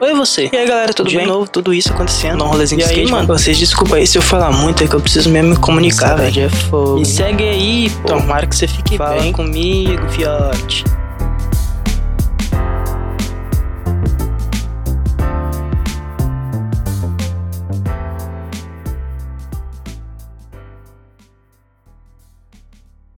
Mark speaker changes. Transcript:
Speaker 1: Oi você. E aí galera, tudo
Speaker 2: De
Speaker 1: bem?
Speaker 2: novo, tudo isso acontecendo.
Speaker 1: Dá um rolezinho
Speaker 2: e
Speaker 1: de
Speaker 2: aí,
Speaker 1: skate,
Speaker 2: mano,
Speaker 1: mano.
Speaker 2: vocês desculpa aí se eu falar muito, é que eu preciso mesmo me comunicar, velho.
Speaker 1: é fogo.
Speaker 2: Me segue aí, pô.
Speaker 1: Tomara que você fique
Speaker 2: Fala
Speaker 1: bem.
Speaker 2: comigo, fiote.